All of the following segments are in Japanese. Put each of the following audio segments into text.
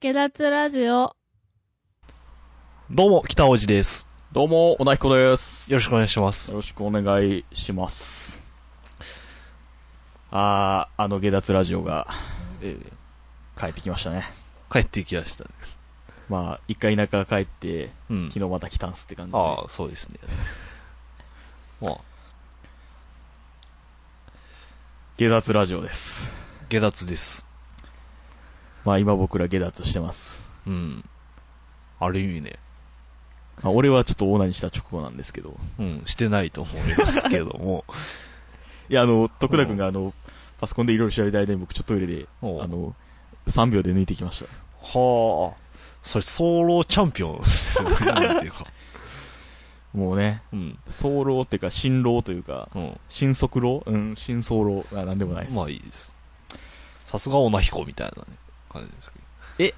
下脱ラジオ。どうも、北尾路です。どうも、小田彦です。よろしくお願いしますよ。ろしくお願いします。あー、あの下脱ラジオが、えー帰ってきましたね。帰ってきましたね。まあ、一回田舎帰って、うん。昨日また来たんすって感じで。ああ、そうですね。まあ、下脱ラジオです。下脱です。まあ今僕ら下脱してます。うん。ある意味ね、まあ俺はちょっとオーナにした直後なんですけど。うん、してないと思いますけど も。いや、あの、徳田くんがあの、パソコンでいろいろ調べたいで、僕ちょっとトイレで、おうあの、3秒で抜いてきました。はあ、それ、ソロチャンピオンっすよね。なんていう か。もうね、うん、早漏っていうか、新郎というか、うん。新速郎うん、新早漏あ、なんでもないです。まあいいです。さすが小田彦みたいなね、感じですけど。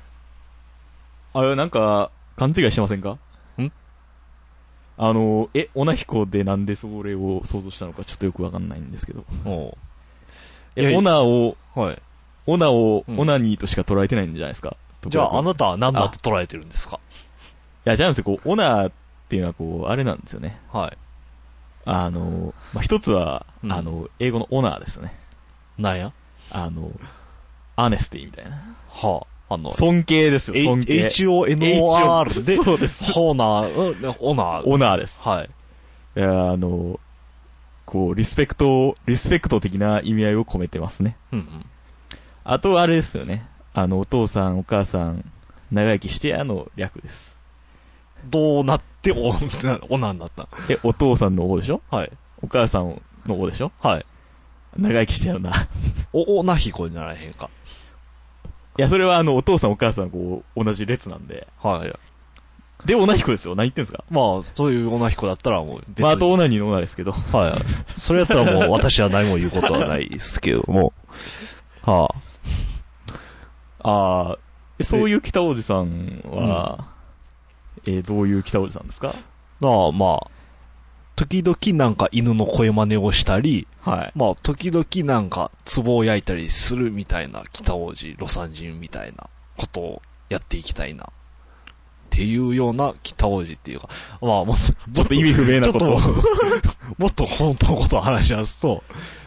あれ、なんか、勘違いしてませんかんあの、え、オナヒコでなんでそれを想像したのかちょっとよくわかんないんですけど。おいやいえ、やオナを、うはい。オナを、うんオナニーとしか捉えてないんじゃないですかじゃあ、あいなたは何だと捉えてるんですかや、じゃあなんですよ、こう、オナっていうのはこう、あれなんですよね。はい。あの、まあ、一つは、うんあの、英語のオナーですよね。なんやあの、アネスティみたいな。はあ、あの、尊敬ですよ、尊敬。 HONOR で、そうです。オーナー、うんオナー。オナーです。はい。いや、あの、こう、リスペクト、リスペクト的な意味合いを込めてますね。うんうん。あと、あれですよね。あの、お父さん、お母さん、長生きしてやの略です。どうなってオナ、オナーになったえ、お父さんの王でしょはい。お母さんの王でしょはい。長生きしてやのな。いお、オナヒコにならへんか。や、それはあの、お父さん、お母さん、こう、同じ列なんで。はい。で、オナヒコですよ。何言ってんすかまあ、そういうオナヒコだったらもう別に。まあ、あと、オナニーのオナですけど。はい。それやったらもう私は何も言うことはないですけども。はあ。ああ、そういう北おじさんは、えーどういう北おじさんですかまあまあ、時々なんか犬の声真似をしたり、はい。まあ、時々なんか、壺を焼いたりするみたいな、北王子、魯山人みたいなことをやっていきたいな。っていうような北王子っていうか、まあ、もっと、ちょっと意味不明なことちょをっ。もっと本当のことを話し出すと、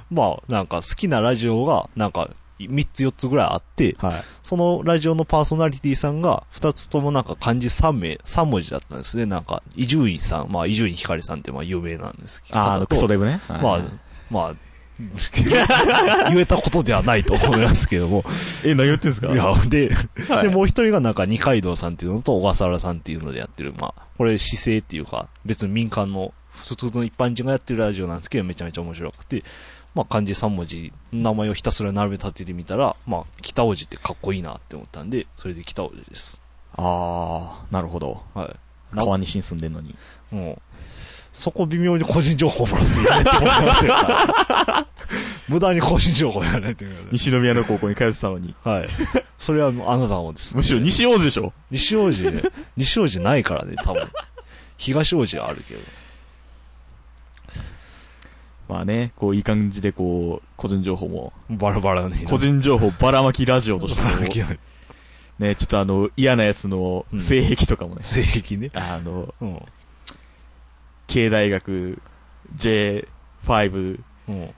まあ、なんか好きなラジオが、なんか、3つ4つぐらいあって、はい。そのラジオのパーソナリティさんが、2つともなんか漢字3名、3文字だったんですね。なんか、伊集院さん、まあ、伊集院光さんってまあ有名なんですけど。あー、あの、クソデブね。はいまあ、 まあ、言えたことではないと思いますけども。え、何言ってんすかいや、で、はいで、もう一人がなんか二階堂さんっていうのと小笠原さんっていうのでやってる、まあ、これ市政っていうか、別に民間の、普通の一般人がやってるラジオなんですけど、めちゃめちゃ面白くて、まあ、漢字3文字、名前をひたすら並べ立ててみたら、まあ、北王子ってかっこいいなって思ったんで、それで北王子です。あー、なるほど。はい。な川西に住んでんのに。もう、そこ微妙に個人情報漏らすよねって思います よ。無駄に個人情報やらないということで 西宮の高校に通ってた のに。はい。それはもうあなたもです、 むしろ西王子でしょ西王子ね、西王子ないからね、多分。東王子はあるけど。まあね、こういい感じでこう、個人情報も、バラバラね。個人情報ばらまきラジオ としてバラバラこう、ね、ちょっとあの、嫌なやつのうん性癖とかもね、性癖ね。あの、うん。慶大学 J5H うん。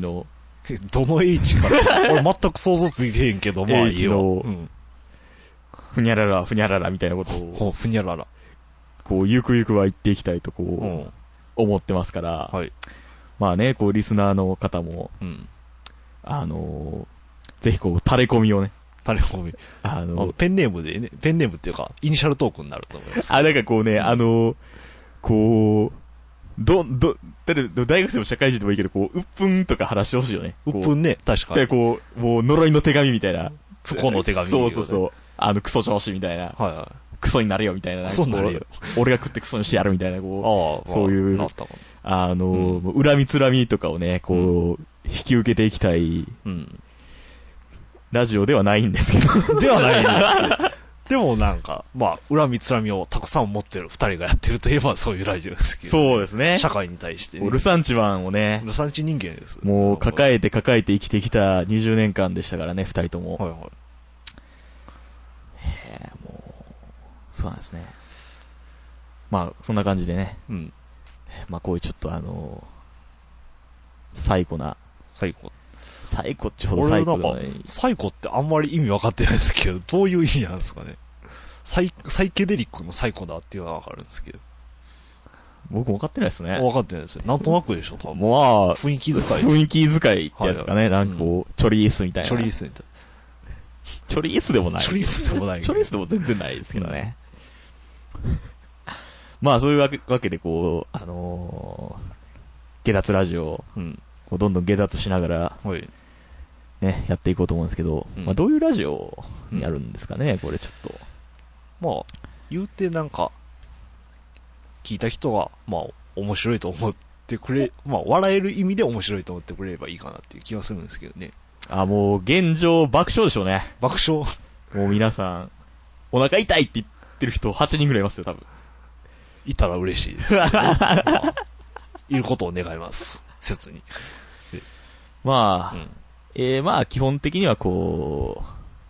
の、えどの H か。 俺全く想像ついてへんけど、まあいい H のよ。うん。ふにゃらら、ふにゃららみたいなことを、ほうふにゃらら。こう、ゆくゆくは言っていきたいとうこう、ん。思ってますから、はい。まあね、こう、リスナーの方も、うん。あのーぜひこう、垂れ込みをね、タレコミ。ああのの、ペンネームでね、ペンネームっていうか、イニシャルトークになると思います。あ、なんかこうね、んあの、こう、ど、ど、だって大学生も社会人でもいいけど、こう、うっぷんとか話してほしいよね。うっぷん。んね、確かで、に。こう、もう呪いの手紙みたいな。不幸の手紙。。そうそうそうう。あの、クソ上司みたいな。はいはい。クソになれよみたいな。クソになれよこう。俺が食ってクソにしてやるみたいな、こう、ああ、そういうなったかもあの、うんもう恨みつらみとかをね、こう、引き受けていきたいうん。ラジオではないんですけど。ではないんですけどでもなんか、まあ、恨みつらみをたくさん持ってる二人がやってるといえばそういうラジオですけど、そうです ね。社会に対して、ね。ルサンチマンをね、ルサンチ人間です。もう抱え、えて抱えて生きてきた20年間でしたからね、二人とも。はいはい。そうなんですね。まあ、そんな感じでね、うん。まあこういうちょっとあのサイコな、最高。サイコっちほどサイコじゃない。サイコってあんまり意味分かってないですけど、どういう意味なんですかね。サイ、サイケデリックのサイコだっていうのは分かるんですけど。僕も分かってないですね。分かってないですよ。なんとなくでしょ、多分。まあ、雰囲気遣い雰囲気遣いってやつかはね。いはいなんかこう、チョリースみたいな。チョリースみたいチョリースでもなな。い。チョリースでもない。チョリースでも全然ないですけどね。まあ、そういうわけわけで、こう、あのー、下脱ラジオを、うん。こうどんどん下脱しながら、はい。ね、やっていこうと思うんですけど、うんまあ、どういうラジオになるんですかね、これちょっと。まあ、言うてなんか、聞いた人が、まあ、面白いと思ってくれ、まあ、笑える意味で面白いと思ってくれればいいかなっていう気がするんですけどね。あ、もう、現状爆笑でしょうね。爆笑、もう皆さん、お腹痛いって言ってる人8人ぐらいいますよ、多分。いたら嬉しいですけどね、まあいることを願います。切に。まあ、うん。えー、まあ、基本的にはこ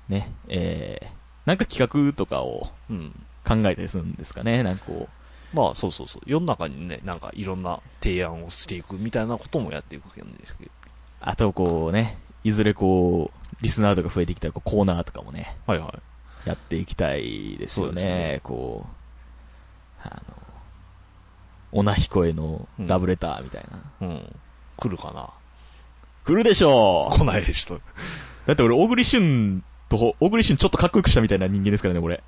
う、ね、えー、なんか企画とかをうん。考えたりするんですかね、なんかこう。まあ、そうそうそう。世の中にね、なんかいろんな提案をしていくみたいなこともやっていくわけなんですけど。あとこうね、いずれこう、リスナーとか増えてきたらこうコーナーとかもね、はいはい。やっていきたいですよそうでね、すねこう、あの、オナヒコへのラブレターみたいな。うん。来るかな来るでしょ来ない人。うだって俺、小栗旬と、小栗旬ちょっとかっこよくしたみたいな人間ですからね、これ。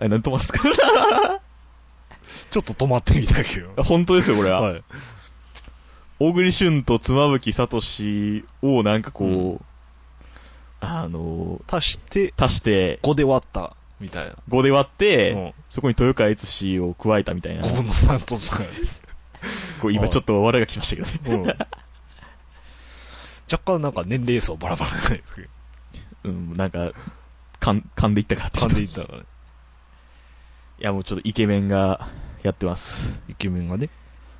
え、なんともますかちょっと止まってみたけど。 本当ですよ、これは。はい。小栗旬と妻夫木聡をなんかこう、うあの、足して、足して、 5で割った、みたいな。 5で割って、うんそこに豊川悦司を加えたみたいな5。分の3と3です。こう今ちょっと笑いが来ましたけどね。うん。 若干なんか年齢層バラバラないですけど。うん、なんか、かん、噛んでいったからって勘で言ったらね。いやもうちょっとイケメンがやってます。イケメンがね。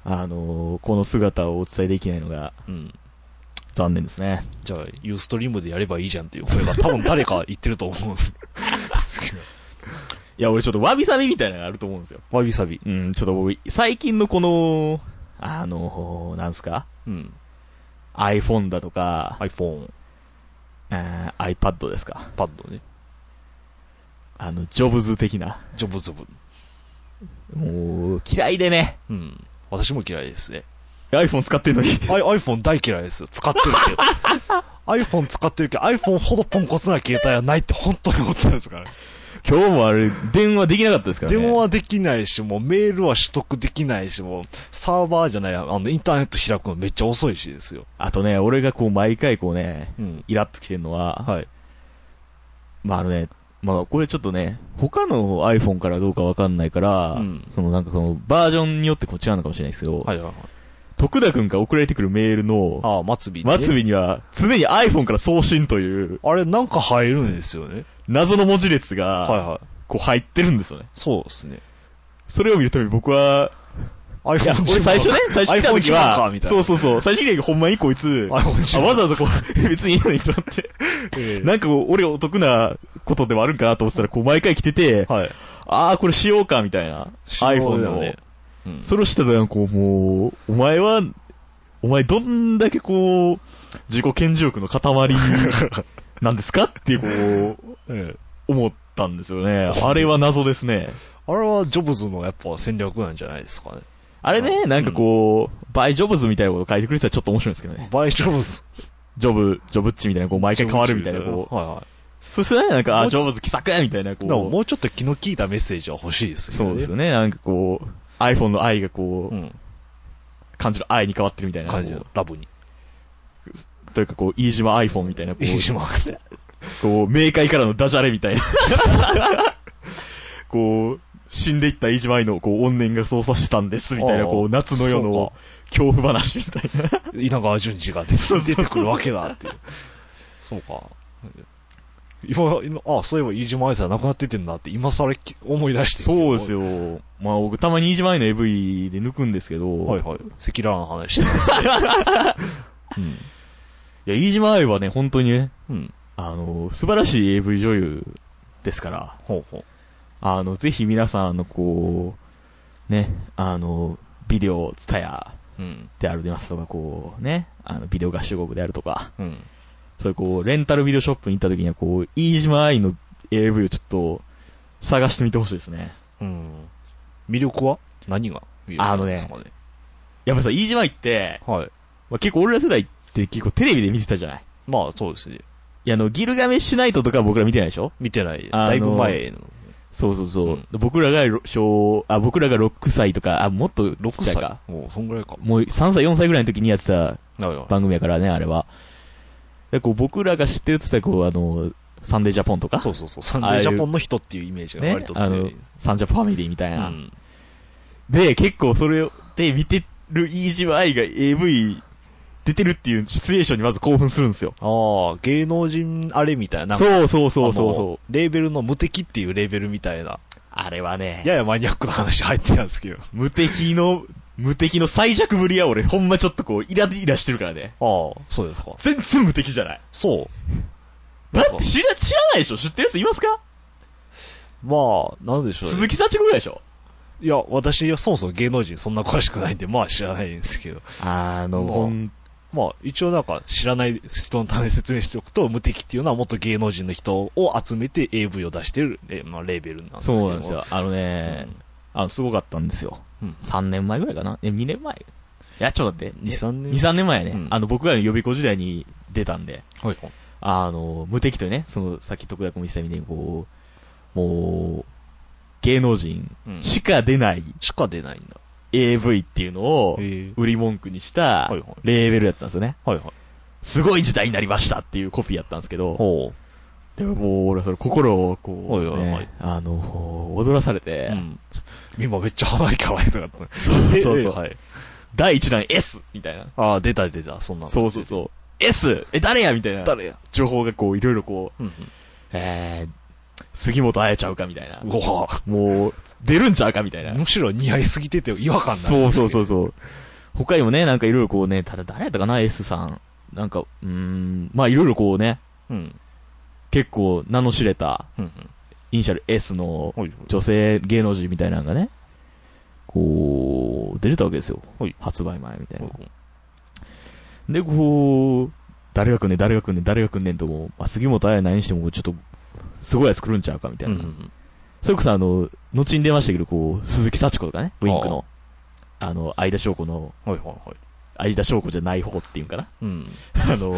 あの、この姿をお伝えできないのがうん。残念ですね。じゃあ、ユーストリームでやればいいじゃんっていう声が多分誰か言ってると思うん です。いや、俺ちょっとわびさびみたいなのがあると思うんですよ。わびさび。うん、ちょっと僕、最近のこの、あの、なんすかうん。 iPhone だとか、 iPhone、えー iPad ですか。パッドね。あの、ジョブズ的な。ジョブズブ。もう、嫌いでね。うん。私も嫌いですね。 iPhone 使ってんのに。 I、iPhone 大嫌いですよ。使ってるけど。iPhone 使ってるけど、iPhone ほどポンコツな携帯はないって本当に思ったんですからね。今日もあれ、電話できなかったですからね。電話はできないし、もうメールは取得できないし、もうサーバーじゃない、あの、インターネット開くのめっちゃ遅いしですよ。あとね、俺がこう、毎回こうね、うん。イラッときてるのは、はい。まああのね、まあこれちょっとね、他の iPhone からどうかわかんないから、うんそのなんかこのバージョンによってこう違うのかもしれないですけど、はいはいはい。徳田くんから送られてくるメールの、ああ、末尾ね。末尾には常に iPhone から送信というあれなんか入るんですよね。謎の文字列はいが、はい。こう入ってるんですよね。そうですね。それを見るたび僕は、い iPhone や、俺最初ね、最初来た iPhone 時自慢かはみた、いな。そうそうそう、最初来た時ほんまにこいつ、あ iPhone 自慢わざわざこう、 別にいいのにとなって、ええなんかこう、俺お得なことでもあるんかなと思ってたら、こう毎回来てて、はい。あーこれしようか、みたいな。iPhone だよのね。。うん。それをしてたら、こう、もう、お前は、お前どんだけこう、自己顕示欲の塊なんですかってこう、ええ思ったんですよね。あれは謎ですね。あれはジョブズのやっぱ戦略なんじゃないですかね。 あれね、なんかこう、バイジョブズみたいなこと書いてくれてたらちょっと面白いんですけどね。バイジョブズ。ジョブ、ジョブッチみたいな、こう、毎回変わるみたいな、こう。はいはい。そしてね、なんか、あ、ジョブズ気さくやみたいな、でもこもうちょっと気の利いたメッセージは欲しいですう。よね。そうですよね、なんかこう、iPhone の愛がこうう、ん。感じる愛に変わってるみたいな。感じのこ。ラブに。うというかこう、飯島 iPhone みた いな、こう、飯島がね。こう、冥界からのダジャレみたい な。こう、死んでいった飯島愛の、こう、怨念が操作したんです、みたいな、ああこう、夏の夜そうのか恐怖話みたいな。稲川淳二が出てそうそうそう出てくるわけだっていう。そうか。今、今、あ、そういえば飯島愛さん亡くなっててんだって、今更き思い出して。そうですよ。よ。まあ僕たまに飯島愛の AV で抜くんですけど、はいい、はい。赤裸々の話してます、ね。や、飯島愛はね、本当にね、うん。うん。あの、素晴らしい AV 女優ですから、ほうほう。あの、ぜひ皆さん、あの、こう、ね、あの、ビデオ、ツタヤうん。でありますとか、こう、ね、あの、ビデオ合衆国であるとか、うん。そういうこう、レンタルビデオショップに行った時には、こう、飯島愛の AV をちょっと、探してみてほしいですね。うん。魅力は何が魅力あのねですかね。やっぱさ、飯島愛って、はい。まあ、結構俺ら世代って結構テレビで見てたじゃないまあ、そうですね。いや、あの、ギルガメッシュナイトとかは僕ら見てないでしょ見てない。あのだいぶ前の。そうそうそう。うん僕らが小、あ、僕らが6歳とか、あ、もっと6 6歳か歳。もう、そんぐらいか。もう3歳、4歳ぐらいの時にやってたはいはい。番組やからね、あれは。で、こう、僕らが知ってるって言ったら、こう、あの、サンデージャポンとか、そうそうそう。サンデージャポンの人っていうイメージがね割と強い。サンジャポファミリーみたいうな。ん。で、結構それで見てる飯島愛が AV 出てるっていうシチュエーションにまず興奮するんですよ。ああ、芸能人あれみたいな。そうそうそうそうあそのう。レーベルの無敵っていうレーベルみたいな、あれはね、ややマニアックな話入ってたんですけど。無敵の、無敵の最弱ぶりは俺ほんまちょっとこう、イライラしてるからね。ああ、そうですか。全然無敵じゃない。そう。なんだっかて知ら、知らないでしょ知ってるやついますかまあ、なんでしょうね、鈴木幸子ぐらいでしょいや、私はそもそも芸能人そんな詳しくないんで、まあ知らないんですけど。あのほんまあ、一応なんか知らない人のために説明しておくと、無敵っていうのは元芸能人の人を集めて AV を出してる、えまあ、レーベルなんですけど。そうなんですよ。あのね、あの、すごかったんですよ。うん。 3年前ぐらいかなえ、2年前いや、ちょっと待って。 2、3年。 2、3年前やね。うんあの、僕らの予備校時代に出たんで、はいはい。あの、無敵というね、その、さっき徳田君も言ってたみたいに、こう、もう、芸能人うんしか出ないしか出ないんだ。 AV っていうのをへ、え売り文句にしはたいはい、レーベルやったんですよね。はいはい。すごい時代になりましたっていうコピーやったんですけど、ほでももう俺はそれ心をこはう、いはいはいねあの、踊らされう。てう、ん。今めっちゃ可愛い可 愛いとかったね。そうそうはい。第1弾 S! みたいな。ああ、出た出た、そんなの。そうそうそう。S! え、誰やみたいな。誰や。情報がこう、いろいろこう、うんうん。えー、杉本彩ちゃうかみたいな。うわぁもう、出るんちゃうかみたいな。むしろ似合いすぎてて違和感ない。。そうそうそううそう。他にもね、なんかいろいろこうね、ただ誰やったかな、S さん。なんか、うーん、まあいろいろこうね、うん。結構名の知れた、うんうん。イニシャル S のほい女性芸能人みたいなのがね、こう、出れたわけですよ。はい発売前みたいほいな。。で、こう、誰が来んねん、誰が来んねん、誰が来んねんとも、まあ、杉本彩何にしても、ちょっと、すごいやつ来るんちゃうかみたいうんうな。んうん。それこそあの、後に出ましたけど、こう、鈴木幸子とかね、ブインクの、あの、相田翔子の、はいはいはい。相田翔子じゃない方っていうんかな。うん。あの、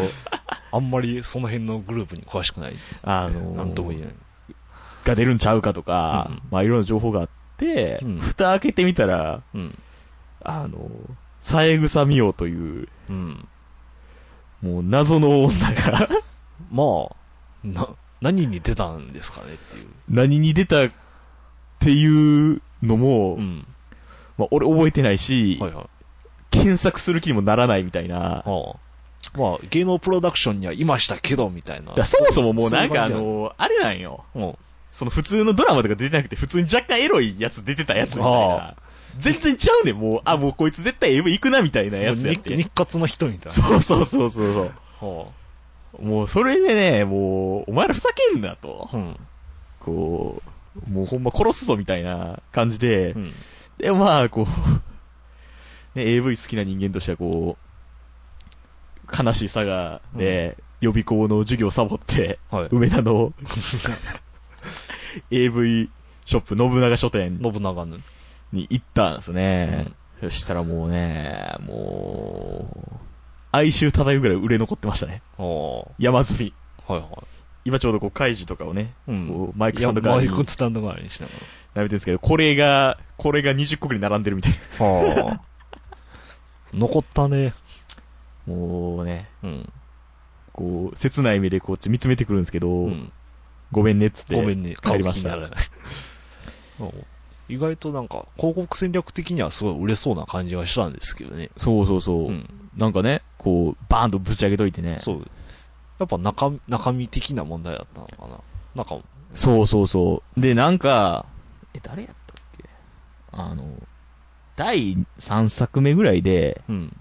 あんまりその辺のグループに詳しくない。あの、なんとも言えない。が出るんちゃうかとか、うんうんまあ、いろんな情報があって、うん蓋開けてみたら、うん。あの、さえぐさみおという、うん。もう謎の女がまあ、な、何に出たんですかねっていう。何に出たっていうのも、うん。まあ、俺覚えてないし、はいはい。検索する気にもならないみたいな。はあ。まあ、芸能プロダクションにはいましたけど、みたいなだか。らそもそももうそうないうんかあ感じなんの、あれなんよ。うん。その普通のドラマとか出てなくて、普通に若干エロいやつ出てたやつみたいあな。全然ちゃうねん、もう。あ、もうこいつ絶対 AV 行くなみたいなやつやっ日て。日活の人みたいな。そうそうそうそうそはう。もうそれでね、もう、お前らふざけんなとあ。。うん。こう、もうほんま殺すぞみたいな感じで。うん。で、まあ、こう、 ね、AV 好きな人間としてはこう、悲しい佐賀で、予備校の授業サボって、はい。梅田 の AV ショップ、信長書店信長の。に行ったんですね。そしたらもうね、もう、哀愁漂うぐらい売れ残ってましたね。は山積み。あ。はいはい。今ちょうどこう、開示とかをね、うんこうマイクスいやタンド代わマりイにクスタンド代わりにしなが並べてるんですけど、これが、これが20個ぐらい並んでるみたいら。はあ。残ったね。な。もうね、うん。こう、切ない目でこっち見つめてくるんですけど、うん。ごめんねっつって。ごめんね。帰りました買う気になら ない。うん意外となんか、広告戦略的にはすごい売れそうな感じがしたんですけどね。そうそうそう。うん。なんかね、こう、バーンとぶち上げといてね。そう。やっぱ中身、中身的な問題だったのかな。なんか、そうそうそう。で、なんか、え、誰やったっけあの、第3作目ぐらいで、うん。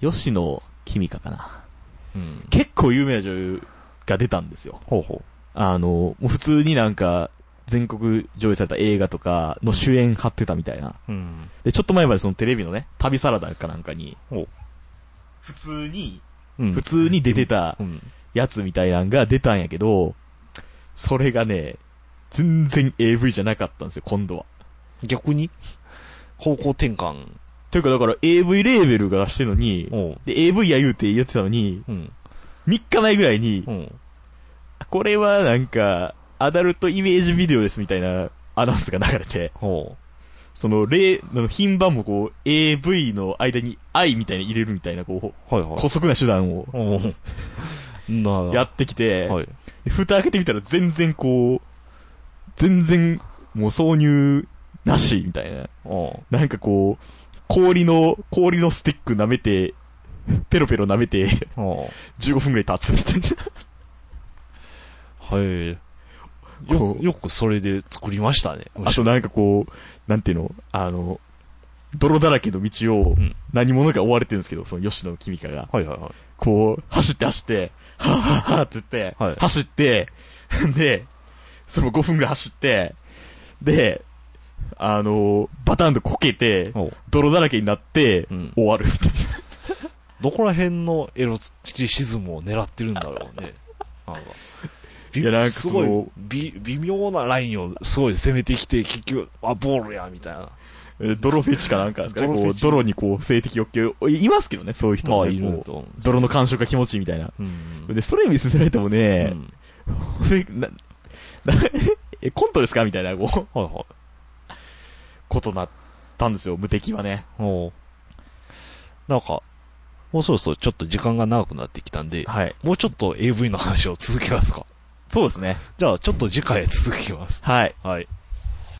吉野君香かな。うん。結構有名な女優が出たんですよ。ほうほあの、もう普通になんか、全国上映された映画とかの主演張ってたみたいな。う。うん。で、ちょっと前までそのテレビのね、旅サラダかなんかにほう、普通に、うん。普通に出てたうん。やつみたいなんが出たんやけど、それがね、全然 AV じゃなかったんですよ、今度は。逆に方向転換というかだから AV レーベルが出してるのに、を。で、AV や言うて言ってたのに、うん。 3日前ぐらいにう、ん。これはなんか、アダルトイメージビデオですみたいなアナウンスが流れて、ほその、例、の品番もこう、AV の間に愛みたいに入れるみたいな、こ、う。はいうはい。古速な手段をおう なあやってきて、はい。で蓋開けてみたら全然こう、全然、もう挿入なし、みたいな。おうなんかこう、氷の、氷のスティック舐めて、ペロペロ舐めて、おう15分ぐらい経つみたいな。はい。こよ、うよくそれで作りましたね。あとなんかこう、なんていうの、あの、泥だらけの道をうん何者か追われてるんですけど、その吉野君香が。はいはいはい。こう、走って走って、はぁはぁはぁって言って、はい走って、 で、その5分ぐらい走って、で、あの、バタンとこけて、おう泥だらけになって、うん終わるみたいな。どこら辺のエロチシズムを狙ってるんだろうね。なんかいやなんかすそごの い、び微妙なラインをすごい攻めてきて、結局、あ、ボールや、みたいな。え泥フェチかなんか ですかね。 泥フこェうチ泥にこう性的欲求、いいますけどね、そういう人まもあ、ねいるこうと思うんです泥の感触が気持ちいいみたいな。うん。で、それ見せられてもうね、んそれな、 な、え、コントですかみたいな、こう、はいはい。ことなったんですよ、無敵はね。おうなんか、もうそろそろちょっと時間が長くなってきたんで、はい。もうちょっと AV の話を続けますか。そうですね。じゃあ、ちょっと次回へ続きます。はい。はい。